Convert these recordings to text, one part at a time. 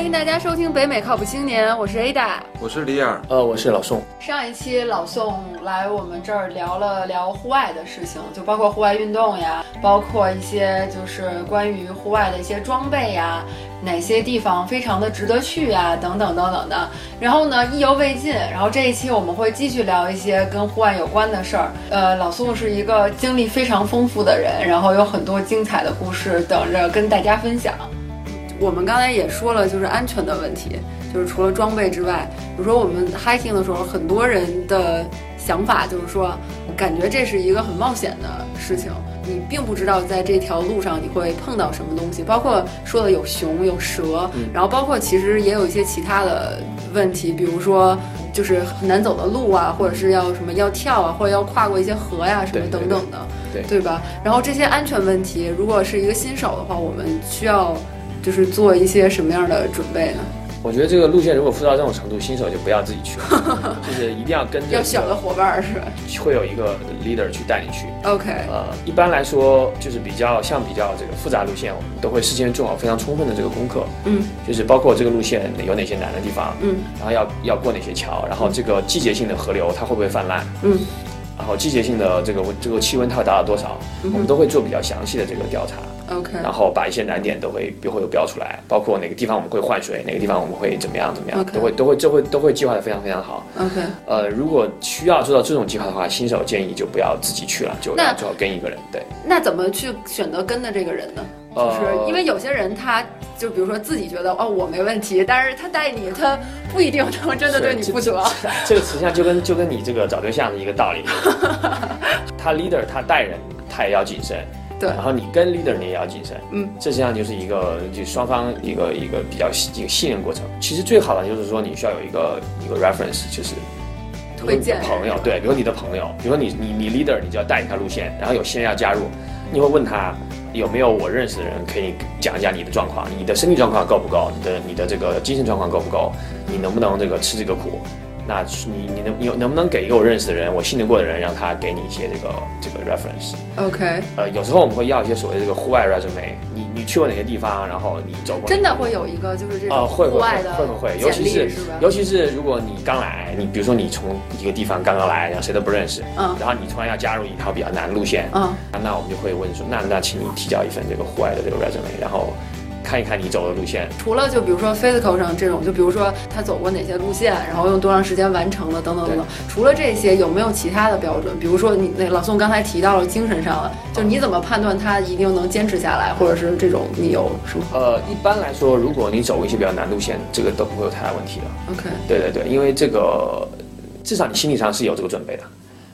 迎大家收听《北美靠谱青年》，我是 Ada。我是李尔，呃，我是老宋，上一期老宋来我们这儿聊了聊户外的事情，就包括户外运动呀，包括一些就是关于户外的一些装备呀，哪些地方非常的值得去呀，等等等等的。然后呢，意犹未尽，然后这一期我们会继续聊一些跟户外有关的事儿。呃，老宋是一个经历非常丰富的人，然后有很多精彩的故事等着跟大家分享。我们刚才也说了，就是安全的问题，就是除了装备之外，比如说我们 hiking 的时候，很多人的想法就是说，感觉这是一个很冒险的事情，你并不知道在这条路上你会碰到什么东西，包括说的有熊有蛇，嗯然后包括其实也有一些其他的问题，比如说就是很难走的路啊，或者是要什么要跳啊，或者要跨过一些河呀、什么对对等对等的。对对吧？然后这些安全问题，如果是一个新手的话，我们需要就是做一些什么样的准备呢？我觉得这个路线如果复杂到这种程度，新手就不要自己去了， 就是一定要跟着要一小的个伙伴儿是吧会有一个 leader 去带你去。 OK，呃，一般来说就是比较像比较这个复杂路线，我们都会事先做好非常充分的这个功课，嗯就是包括这个路线有哪些难的地方，嗯然后要要过哪些桥，然后这个季节性的河流它会不会泛滥，嗯然后季节性的这个温这个气温它会达到多少，嗯哼我们都会做比较详细的这个调查。 ，OK，然后把一些难点都会都会有标出来，包括哪个地方我们会换水，哪个地方我们会怎么样怎么样 OK 都会都会这会都会计划的非常非常好。 OK，呃，如果需要做到这种计划的话，新手建议就不要自己去了，就那最好跟一个人。对，那怎么去选择跟的这个人呢？就是因为有些人他就比如说自己觉得哦我没问题，但是他带你他不一定能真的对你负责。呃这个词项就跟就跟你这个找对象是一个道理。 他 leader 他带人，他也要谨慎。对然后你跟 leader 你也要谨慎，嗯，这实际上就是一个就双方一个一个比较信一个信任过程。其实最好的就是说你需要有一个一个 reference，就是比如说推荐你的朋友，对，比如你的朋友，比如说你你你 leader，你就要带一条路线，然后有新人要加入，你会问他有没有我认识的人可以讲一下你的状况，你的身体状况够不够，你的你的这个精神状况够不够，你能不能这个吃这个苦？那你你能你能不能给一个我认识的人，我信得过的人，让他给你一些这个这个 reference？ OK，呃，有时候我们会要一些所谓的这个户外 resume，你你去过哪些地方，然后你走过哪些真的会有一个就是这啊、种会户会外会的会不会，尤简其历是是吧？尤其是如果你刚来，你比如说你从一个地方刚刚来，然后谁都不认识，嗯然后你突然要加入一条比较难的路线，嗯那我们就会问说，那那请你提交一份这个户外的这个 resume，然后看一看你走的路线，除了就比如说 physical 上这种，就比如说他走过哪些路线，然后用多长时间完成的等等等等。除了这些，有没有其他的标准？比如说你那老宋刚才提到了精神上的，就你怎么判断他一定能坚持下来，或者是这种你有什么呃，一般来说，如果你走一些比较难路线，这个都不会有太大问题的。 ？OK，对对对，因为这个至少你心理上是有这个准备的，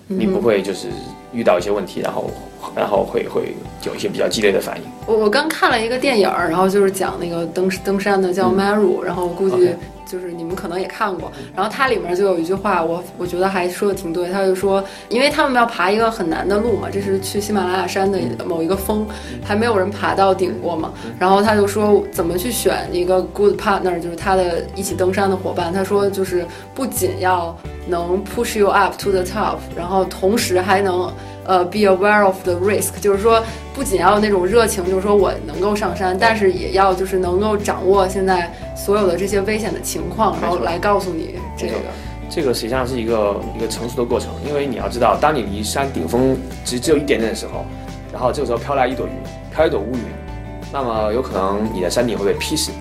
你不会就是遇到一些问题，然后然后会会有一些比较激烈的反应。我我刚看了一个电影儿，然后就是讲那个登登山的叫 Maru，、然后我估计 OK 就是你们可能也看过。然后它里面就有一句话，我我觉得还说的挺对，他就说，因为他们要爬一个很难的路嘛，这是去喜马拉雅山的某一个峰，还没有人爬到顶过嘛。然后他就说怎么去选一个 good partner，就是他的一起登山的伙伴。他说就是不仅要能 push you up to the top，然后同时还能呃 be aware of the risk，就是说不仅要有那种热情，就是说我能够上山，但是也要就是能够掌握现在所有的这些危险的情况，没错然后来告诉你这个没。这个实际上是一个一个成熟的过程，因为你要知道，当你离山顶峰只只有一点点的时候，然后这个时候飘来一朵云，飘一朵乌云，那么有可能你在山顶会被劈死。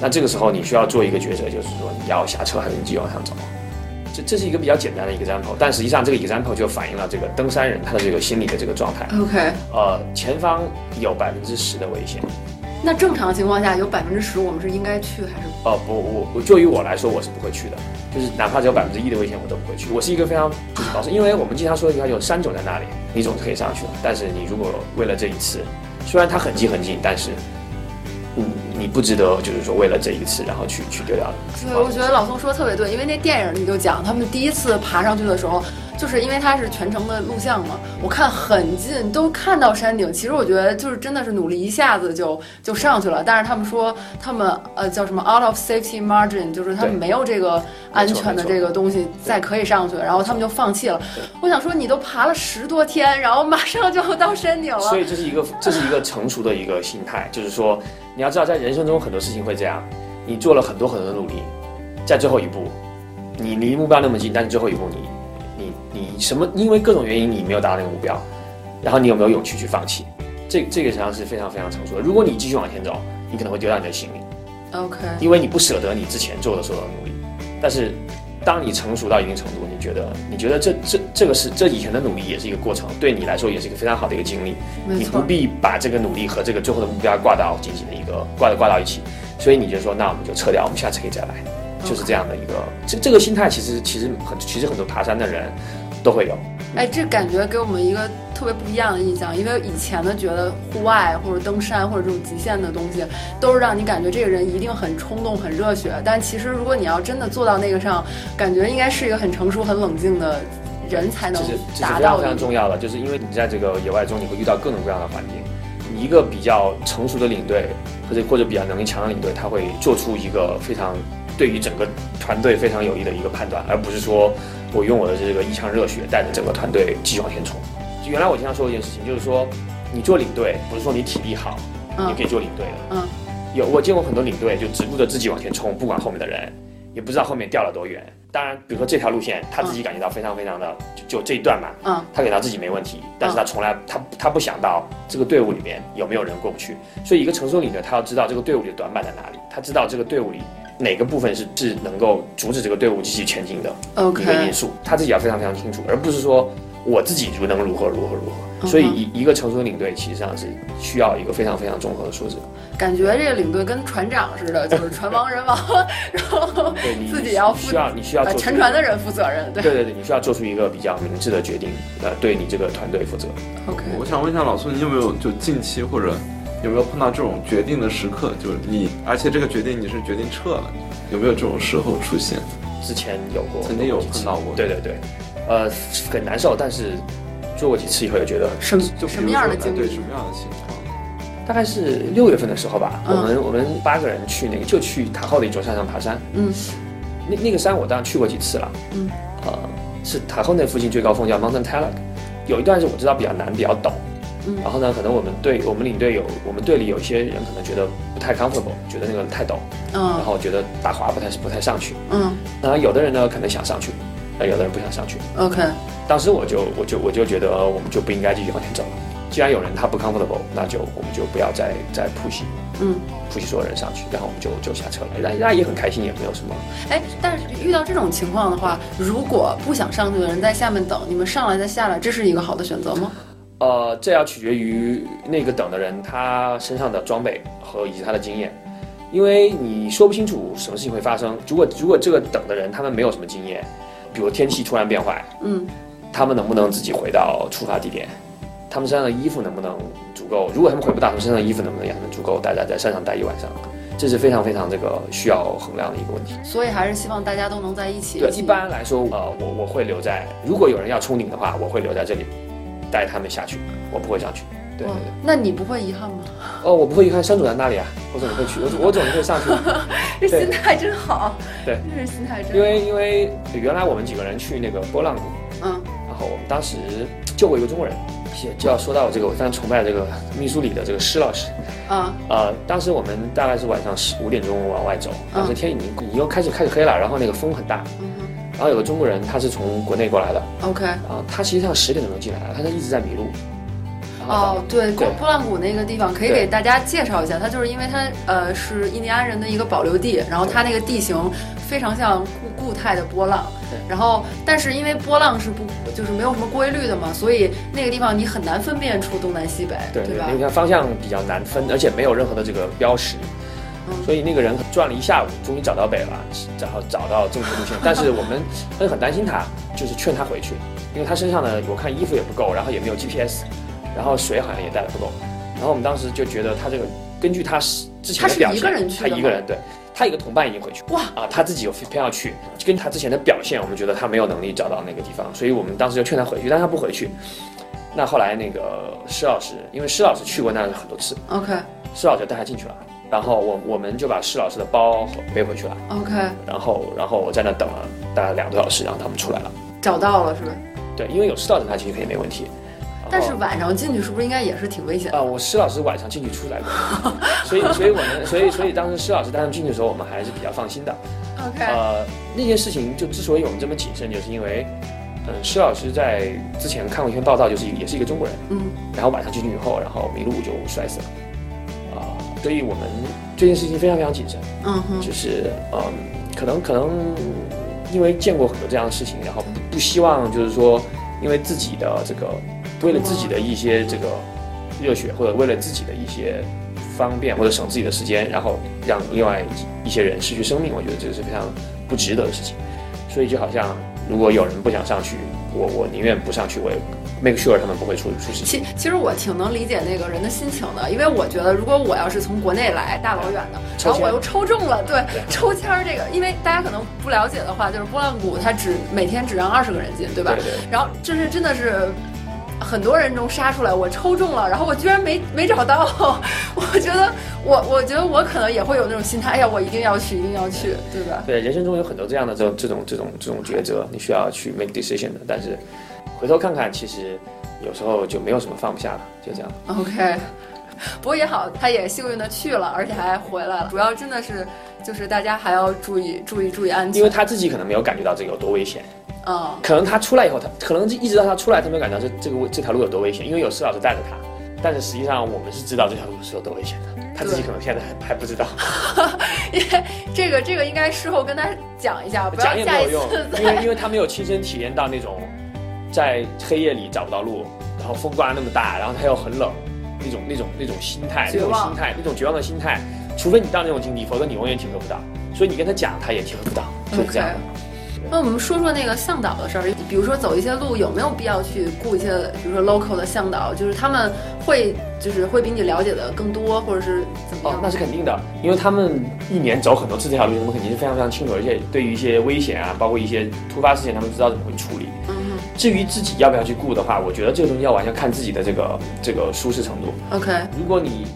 那这个时候你需要做一个抉择，就是说你要下车还是继续往上走。这这是一个比较简单的 example，但实际上这个 example 就反映了这个登山人他的这个心理的这个状态。 OK，呃，前方有百分之十的危险。那正常情况下有百分之十我们是应该去还是不？哦、不，我我就于我来说，我是不会去的，就是哪怕只有百分之一的危险，我都不会去。我是一个非常就是保守，因为我们经常说嗯一句话，有山总在那里，嗯你总是可以上去的。但是你如果为了这一次，虽然它很近很近，但是嗯，你不值得就是说为了这一次，然后去去丢掉的。对，我觉得老宋说的特别对，因为那电影里就讲他们第一次爬上去的时候，就是因为它是全程的录像嘛，我看很近，都看到山顶。其实我觉得就是真的是努力一下子就就上去了，但是他们说他们呃叫什么 out of safety margin，就是他们对没有这个安全的没错没错这个东西再可以上去，然后他们就放弃了对。我想说你都爬了十多天，然后马上就到山顶所了，以这是一个这是一个成熟的一个心态，就是说你要知道，在人生中很多事情会这样，你做了很多很多的努力，在最后一步，你离目标那么近，但是最后一步你你你什么？因为各种原因你没有达到那个目标，然后你有没有勇气去放弃？这这个实际上是非常非常成熟的。如果你继续往前走，你可能会丢掉你的性命， OK，因为你不舍得你之前做的所有的努力。但是，当你成熟到一定程度，你觉得你觉得这这这个是这以前的努力也是一个过程，对你来说也是一个非常好的一个经历。没你不错，必把这个努力和这个最后的目标挂到紧紧的一个挂的挂到一起，所以你就说那我们就撤掉，我们下次可以再来，就是这样的一个这这个心态其实其实很其实很多爬山的人都会有，哎，这感觉给我们一个特别不一样的印象，因为以前的觉得户外或者登山或者这种极限的东西，都是让你感觉这个人一定很冲动、很热血。但其实如果你要真的做到那个上，感觉应该是一个很成熟、很冷静的人才这能是这是达非常到非常的。重要的，就是因为你在这个野外中你会遇到各种各样的环境，你一个比较成熟的领队或者或者比较能力强的领队，他会做出一个非常对于整个团队非常有益的一个判断，而不是说我用我的这个一腔热血带着整个团队继续往前冲。就原来我经常说一件事情，就是说你做领队不是说你体力好，你嗯可以做领队的。嗯，有我见过很多领队就只顾着自己往前冲，不管后面的人，也不知道后面掉了多远。当然，比如说这条路线，他自己感觉到非常非常的，就就这一段嘛，嗯，他感觉到自己没问题，但是他从来他他不想到这个队伍里面有没有人过不去。所以，一个成熟领队他要知道这个队伍里的短板在哪里，他知道这个队伍里哪个部分是是能够阻止这个队伍继续前进的。一个 OK，因素，他自己要非常非常清楚，而不是说我自己如能如何如何如嗯哼何。所以一一个成熟的领队，其实上是需要一个非常非常综合的素质。感觉这个领队跟船长似的，就是船王人王，然后对你自己要负需要你需要把做全出船的人负责任。对对对对，你需要做出一个比较明智的决定，呃，对你这个团队负责。 ，OK，我想问一下老孙，你有没有就近期或者有没有碰到这种决定的时刻？就是你，而且这个决定你是决定撤了，有没有这种时候出现？之前有过，曾经有几次碰到过对对对，呃，很难受，但是做过几次以后也觉得什么就比如说什么样的哎经啊对什历？么样的情况？大概是六月份的时候吧，嗯我们我们八个人去那个就去塔后的一座山上爬山。嗯，那那个山我当然去过几次了。嗯，呃，是塔后那附近最高峰叫 Mountain Talak，有一段是我知道比较难比较陡。嗯然后呢，可能我们队我们领队有我们队里有一些人可能觉得不太 comfortable，觉得那个太陡，然嗯后觉得打滑不太不太上去。嗯然后有的人呢可能想上去，那有的人不想上去。 ，OK，当时我就我就我就觉得呃我们就不应该继续往前走了。既然有人他不 comfortable，那就我们就不要再再 push 嗯。普及所有人上去，然后我们就就下车了。大家大家也很开心，也没有什么。哎，但是遇到这种情况的话，如果不想上去的人在下面等，你们上来再下来，这是一个好的选择吗？呃，这要取决于那个等的人他身上的装备和以及他的经验，因为你说不清楚什么事情会发生。如果如果这个等的人他们没有什么经验，比如天气突然变坏，嗯他们能不能自己回到出发地点？他们身上的衣服能不能足够？如果他们回不到，他们身上的衣服能不能让他们足够待在在山上待一晚上？这是非常非常这个需要衡量的一个问题。所以还是希望大家都能在一起。对，起一般来说，呃，我我会留在，如果有人要冲顶的话，我会留在这里，带他们下去，我不会上去。对对哇对，哦那你不会遗憾吗？哦，我不会去看山主在那里啊，我总会去，我总我总会上去， 这对心态真好。对，这是心态真好。因为因为呃原来我们几个人去那个波浪谷，嗯然后我们当时救过一个中国人，也就要说到我这个我非常崇拜这个密苏里的这个施老师，啊呃，当时我们大概是晚上十五点钟往外走，当时天已经已经开始开始黑了，然后那个风很大，嗯哼然后有个中国人他是从国内过来的， ，OK。啊，他实际上十点钟就进来了，他他一直在迷路。啊然后哦，对，对波浪谷那个地方可以对给大家介绍一下，它就是因为它呃是印第安人的一个保留地，然后它那个地形非常像固固态的波浪对，然后但是因为波浪是不就是没有什么规律的嘛，所以那个地方你很难分辨出东南西北，对对，吧那？个方向比较难分，而且没有任何的这个标识，嗯所以那个人转了一下午，终于找到北了，找找到正确路 线。但是我们但是很担心他，就是劝他回去，因为他身上呢，我看衣服也不够，然后也没有 GPS，然后水好像也带的不够。然后我们当时就觉得他这个，根据他是之前他的是表一现，个人去的他一吗个人对，他一个同伴已经回去，哇啊，他自己又偏要去，跟他之前的表现，我们觉得他没有能力找到那个地方，所以我们当时就劝他回去，但他不回去。那后来那个施老师，因为施老师去过那里很多次， OK 施老师带他进去了，然后我我们就把施老师的包背回去了， OK，然后然后我在那等了大概两个多小时，然后他们出来了。找到了是吧？对，因为有施老师他其实肯定没问题。啊 但是晚上进去是不是应该也是挺危险的？啊、我施老师晚上进去出来过，所以所以我们所以所以当时施老师带他们进去的时候，我们还是比较放心的。 OK，、呃，那件事情就之所以我们这么谨慎，就是因为，嗯，施老师在之前看过一篇报道，就是也是一个中国人，嗯，然后晚上进去以后，然后迷路就摔死了，啊、所以我们这件事情非常非常谨慎，嗯哼，就是嗯，可能可能因为见过很多这样的事情，然后不不希望就是说，因为自己的这个，为了自己的一些这个热血，或者为了自己的一些方便，或者省自己的时间，然后让另外一些人失去生命，我觉得这个是非常不值得的事情。所以就好像如果有人不想上去，我我宁愿不上去，我也 make sure 他们不会出出事情。其其实我挺能理解那个人的心情的，因为我觉得如果我要是从国内来，大老远的，抽然后签我又抽中了，对对，抽签儿这个，因为大家可能不了解的话，就是波浪鼓它只每天只让二十个人进，对吧？对对。然后这是真的是。很多人中杀出来，我抽中了，然后我居然没没找到， 我觉得我我觉得我可能也会有那种心态，哎呀，我一定要去，一定要去，对吧？对，人生中有很多这样的这种这种这种这种抉择，你需要去 make decision 的。但是回头看看，其实有时候就没有什么放不下的，就这样。 OK，不 过也好，他也幸运的去了，而且还回来了。主要真的是，就是大家还要注意注意注意安因全为。他自己可能没有感觉到这个有多危险，嗯，可能他出来以后，他可能一直到他出来，他没有感觉到这这个这条路有多危险，因为有施老师带着他。但是实际上我们是知道这条路是有多危险的，他自己可能现在还还不知道，因为这个这个应该事后跟他讲一下，不要讲也下没一有用次，因为因为他没有亲身体验到那种在黑夜里找不到路，然后风刮那么大，然后他又很冷，那种那种那种心态，绝那种望心态，那种绝望的心态，除非你到那种境地，否则你永远体会不到。所以你跟他讲，他也体会不到，就是这样的。那我们说说那个向导的事儿，比如说走一些路，有没有必要去雇一些，比如说 local 的向导，就是他们会就是会比你了解的更多，或者是怎么哦样？，那是肯定的，嗯因为他们一年走很多次这条路，他们肯定是非常非常清楚，而且对于一些危险啊，包括一些突发事件，他们知道怎么会处理。嗯至于自己要不要去顾的话，我觉得这个东西要完全看自己的这个这个舒适程度。哼，OK，如果你，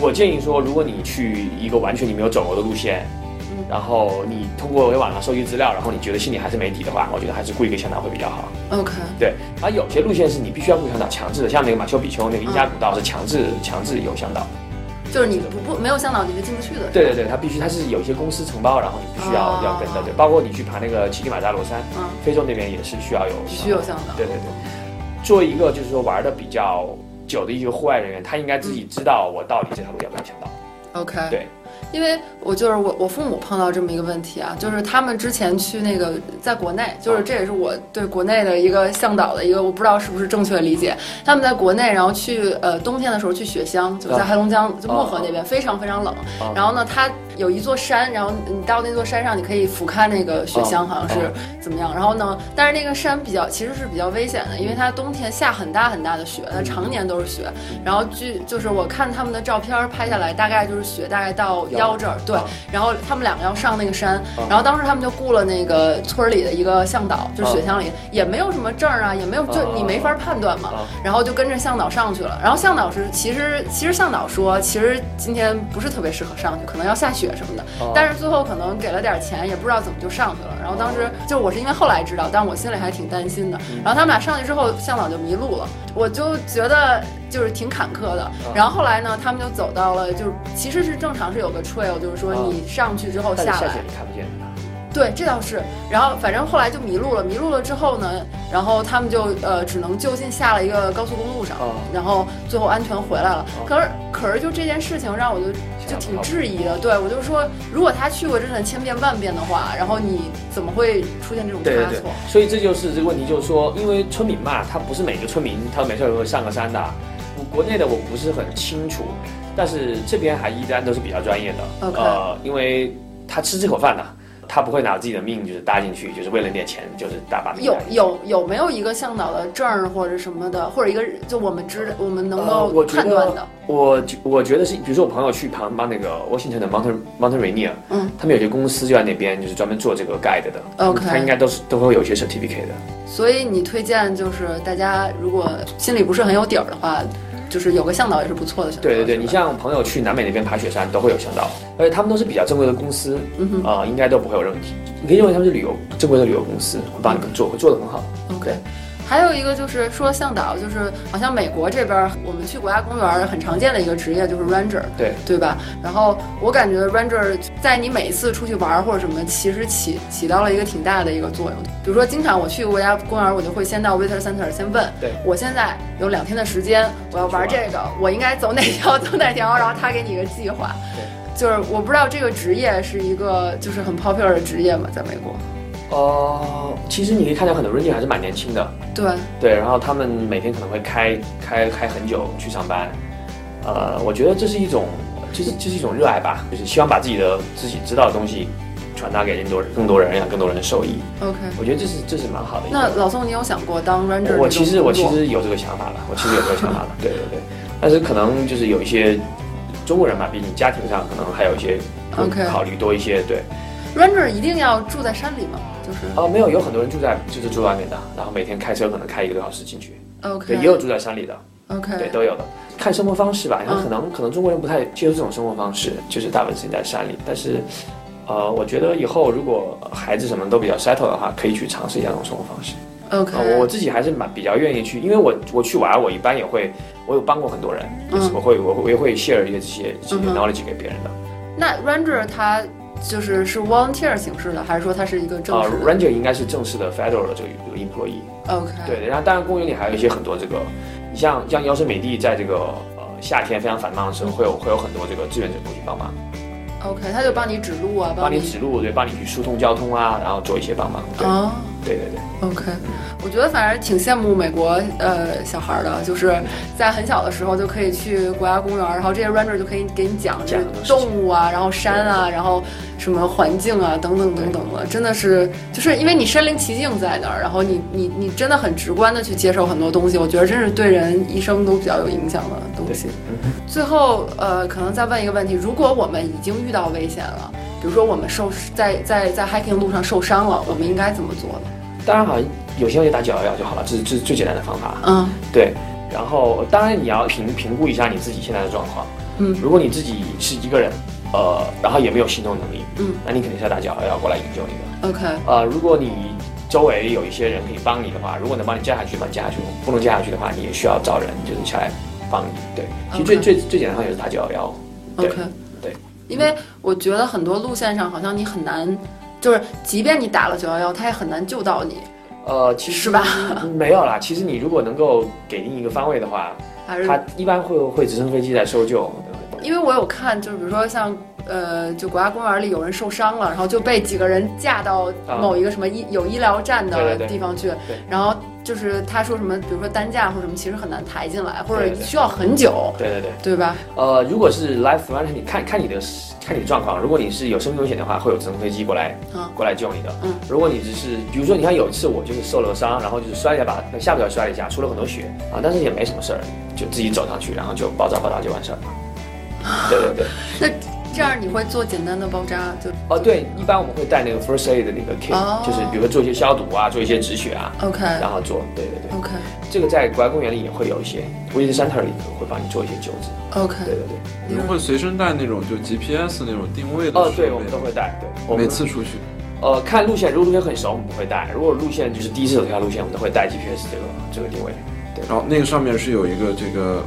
我建议说，如果你去一个完全你没有走过的路线，嗯然后你通过网上收集资料，然后你觉得心里还是没底的话，我觉得还是雇一个向导会比较好。 ，OK，对，而有些路线是你必须要雇向导强制的，像那个马丘比丘那个印加古道是强制嗯强制有向导。就是你不不没有向导你是进不去的。对对对，它必须它是有一些公司承包，然后你必须要、哦要跟的，对，包括你去爬那个乞力马扎罗山，嗯，非洲那边也是需要有必须有向导。对对对，作为一个就是说玩的比较久的一个户外人员，他应该自己知道我到底这条路要不要向导。 OK，对，因为我就是我我父母碰到这么一个问题啊，就是他们之前去那个在国内，就是这也是我对国内的一个向导的一个我不知道是不是正确理解，他们在国内，然后去呃冬天的时候去雪乡，就在啊黑龙江就漠河啊那边非常非常冷，啊然后呢它有一座山，然后你到那座山上你可以俯瞰那个雪乡，啊好像哦是啊怎么样，然后呢，但是那个山比较其实是比较危险的，因为它冬天下很大很大的雪，它常年都是雪，然后据就是我看他们的照片儿拍下来，大概就是雪大概到腰这儿，对啊。然后他们两个要上那个山，然后当时他们就雇了那个村儿里的一个向导，就是雪乡里也没有什么证儿啊，也没有就啊你没法判断嘛啊。然后就跟着向导上去了。然后向导是其实其实向导说，其实今天不是特别适合上去，可能要下雪什么的。哦但是最后可能给了点钱，也不知道怎么就上去了。然后当时就我是因为后来知道，但我心里还挺担心的。然后他们俩上去之后，向导就迷路了，我就觉得就是挺坎坷的。然后后来呢，他们就走到了，就是其实是正常是有个 trail，就是说嗯你上去之后但是下下来雪。你看不见啊的，对，这倒是。然后反正后来就迷路了，迷路了之后呢，然后他们就呃只能就近下了一个高速公路上，哦然后最后安全回来了。哦可是可是就这件事情让我就就挺质疑的，对我就说，如果他去过这千遍万遍的话，然后你怎么会出现这种对对差对错？，所以这就是这个问题，就是说，因为村民嘛，他不是每个村民他没事都会上个山的。我国内的我不是很清楚，但是这边还依然都是比较专业的。 OK 呃，因为他吃这口饭呐，啊他不会拿自己的命就是搭进去，就是为了那点钱，就是大把命搭有进去。有有没有一个向导的证儿或者什么的，或者一个就我们知我们能呃够我觉得判断的？我觉我觉得是，比如说我朋友去旁帮那个 Washington 的 Mount Mount Rainier，嗯，他们有些公司就在那边，就是专门做这个 guide 的。 OK 他应该都是都会有一些 certificate 的。所以你推荐就是大家如果心里不是很有底儿的话，就是有个向导也是不错的选择。对对对，是吧你像朋友去南美那边爬雪山都会有向导，而且他们都是比较正规的公司，啊、应嗯该都不会有任何问题。你可以认为他们是旅游正规的旅游公司，会帮你们做，会做得很好。 OK，还还有一个就是说向导，就是好像美国这边儿我们去国家公园儿很常见的一个职业就是 ranger，对对吧？然后我感觉 ranger 在你每一次出去玩儿或者什么，其实起起到了一个挺大的一个作用。比如说，经常我去国家公园儿，我就会先到 visitor center 先问，对我现在有两天的时间，我要玩这个，我应该走哪条走哪条，然后他给你一个计划。对就是我不知道这个职业是一个就是很 popular 的职业嘛，在美国。哦、其实你可以看到很多 ranger 还是蛮年轻的，对，对，然后他们每天可能会开开开很久去上班，呃，我觉得这是一种，就是就是一种热爱吧，就是希望把自己的自己知道的东西传达给更多人，更多人，让更多人受益。 OK，我觉得这是这是蛮好的一个。那老宋，你有想过当 ranger 这我种我其实我工其作实有这个想法了，我其实有这 个想法了，对对对，但是可能就是有一些中国人嘛，毕竟家庭上可能还有一些 OK 考虑多一些，对。 ranger 一定要住在山里吗？就是啊，没有，有很多人住在就是住外面的，然后每天开车可能开一个多小时进去，哦 OK，对，也有住在山里的， OK，对，都有的。看生活方式吧，然后嗯可能、可能中国人不太接受这种生活方式，就是大部分时间在山里。但是，呃，我觉得以后如果孩子什么都比较 settle 的话，可以去尝试一下这种生活方式。 OK，啊、嗯我自己还是蛮比较愿意去，因为我我去玩，我一般也会，我有帮过很多人，就是嗯我会我会我也会 share 一些这些这些嗯哼 knowledge 给别人的。那 ranger 他就是是 volunteer 形式的，还是说他是一个正啊、式的 r a n g e r 应该是正式的 federal 的这个这个 employee。 OK，对，然后当然公园里还有一些很多这个，你像像优胜美地在这个呃夏天非常繁忙的时候，会有会有很多这个志愿者过去帮忙， OK，他就帮你指路啊，帮你你指路，对，帮你去疏通交通啊，然后做一些帮忙。对、啊。对对对， OK，我觉得反正挺羡慕美国呃小孩儿的，就是在很小的时候就可以去国家公园儿，然后这些 ranger 就可以给你讲这讲个很多事情动物啊，然后山啊，然后什么环境啊等等等等的，真的是就是因为你身临其境在那儿，然后你你你真的很直观的去接受很多东西，我觉得真是对人一生都比较有影响的东西。最后，呃，可能再问一个问题：如果我们已经遇到危险了，比如说我们受在在在 hiking 路上受伤了，我们应该怎么做呢？当然好像有些人就打九幺幺就好了，这是这是最简单的方法。嗯对，然后当然你要评评估一下你自己现在的状况。嗯如果你自己是一个人，呃，然后也没有行动能力，嗯那你肯定是要打九幺幺过来营救你的。 ，OK，呃，如果你周围有一些人可以帮你的话，如果能帮你加下去，帮你加下去；不能加下去的话，你也需要找人就是下来帮你。对，其实最 OK 最最简单的方法就是打九幺幺。对 OK，对，因为我觉得很多路线上好像你很难，就是即便你打了九幺幺，他也很难救到你，呃，其实是吧？ 没有啦，其实你如果能够给定一个方位的话，还是它一般会会直升飞机来搜救。因为我有看，就是比如说像呃，就国家公园里有人受伤了，然后就被几个人架到啊某一个什么医有医疗站对的对对地方去对，然后就是他说什么，比如说担架或者什么，其实很难抬进来，或者对对对需要很久，对对对，对吧？呃，如果是 life threat，你看看你的看你的状况，如果你是有生命危险的话，会有直升飞机过来、嗯过来救你的。嗯如果你只是，比如说，你看有一次我就是受了伤，然后就是摔了一把，那下巴角摔了一下，出了很多血啊，但是也没什么事儿，就自己走上去，然后就包扎包扎就完事儿了。 对对对，这样你会做简单的包扎，就哦对，一般我们会带那个 first aid 的那个 kit，、哦嗯就是比如说做一些消毒啊，做一些止血啊， OK 然后做。对对对， OK 这个在国家公园里也会有一些 v i s i t center 里会帮你做一些救治。 OK，对对对，你们会随身带那种就 GPS 那种定位的哦设对，备我们都会带，对，我吗，嗯们每次出去。呃，看路线，如果路线很熟，我们不会带；如果路线就是第一次走这条路线，我们都会带 GPS 这个这个定位。然后那个上面是有一个这个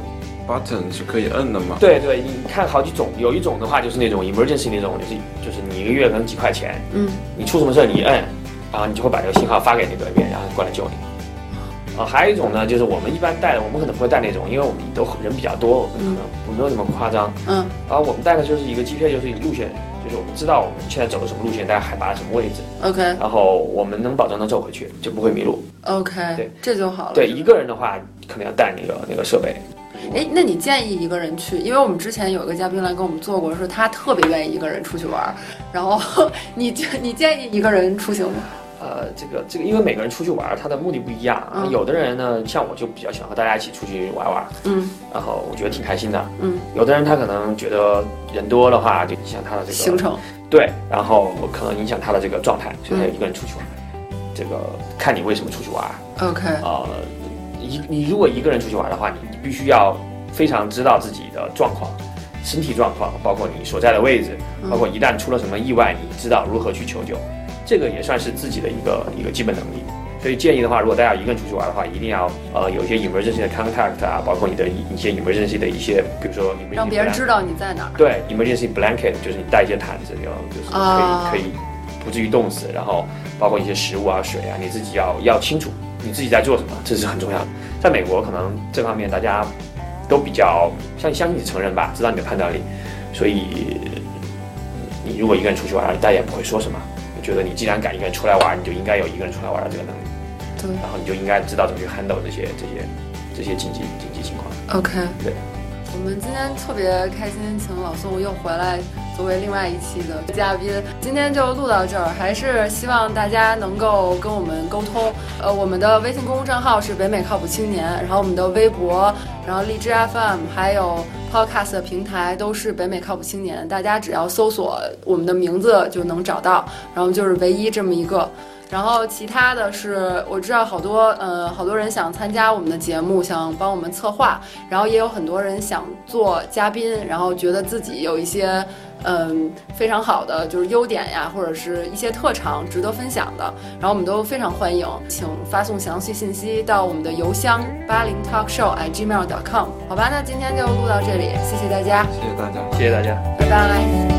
button 是可以摁的嘛？对对，你看好几种，有一种的话就是那种 emergency 那种，就是就是你一个月可能几块钱，嗯。你出什么事儿你一摁，然后你就会把这个信号发给那个人，然后过来救你。啊、还有一种呢，就是我们一般带的，我们可能不会带那种，因为我们都人比较多，我们可能没有那么夸张。嗯然后我们带的就是一个 GPS，就是一个路线，就是我们知道我们现在走的什么路线，大概海拔什么位置， ，OK 然后我们能保证能走回去，就不会迷路。 OK，对这就好了。对，一个人的话，可能要带那个那个设备。哎，那你建议一个人去？因为我们之前有一个嘉宾来跟我们做过，说他特别愿意一个人出去玩儿。然后 你你建议一个人出行吗？呃，这个这个，因为每个人出去玩儿，他的目的不一样。啊嗯有的人呢，像我就比较喜欢和大家一起出去玩玩，嗯然后我觉得挺开心的。嗯，有的人他可能觉得人多的话，就影响他的这个行程。对，然后可能影响他的这个状态，所以他就一个人出去玩。这个看你为什么出去玩儿 OK 啊、呃一你如果一个人出去玩儿的话，你必须要非常知道自己的状况、身体状况，包括你所在的位置，嗯包括一旦出了什么意外，你知道如何去求救，这个也算是自己的一个一个基本能力。所以建议的话，如果大家一个人出去玩的话，一定要呃有一些 emergency 的 contact 啊，包括你的一一些 emergency 的一些，比如说 emergency 让别人 blanket 知道你在哪儿。对，emergency blanket 就是你带一些毯子，然后就是可以、啊可以不至于冻死，然后包括一些食物啊、水啊，你自己要要清楚你自己在做什么，这是很重要的。在美国，可能这方面大家都比较相相信你成人吧，知道你的判断力，所以呃你如果一个人出去玩，大家也不会说什么。我觉得你既然敢一个人出来玩，你就应该有一个人出来玩的这个能力，对然后你就应该知道怎么去 handle 这些这些这些紧急紧急情况。 ，OK。对，我们今天特别开心，请老宋又回来作为另外一期的嘉宾。今天就录到这儿，还是希望大家能够跟我们沟通。呃，我们的微信公众账号是北美靠谱青年，然后我们的微博，然后荔枝 FM，还有 Podcast 的平台都是北美靠谱青年。大家只要搜索我们的名字就能找到，然后就是唯一这么一个。然后其他的是，我知道好多呃好多人想参加我们的节目，想帮我们策划，然后也有很多人想做嘉宾，然后觉得自己有一些嗯非常好的就是优点呀，或者是一些特长值得分享的，然后我们都非常欢迎，请发送详细信息到我们的邮箱八零 talkshow at gmail.com，好吧，那今天就录到这里，谢谢大家，谢谢大家。谢谢大家。拜拜。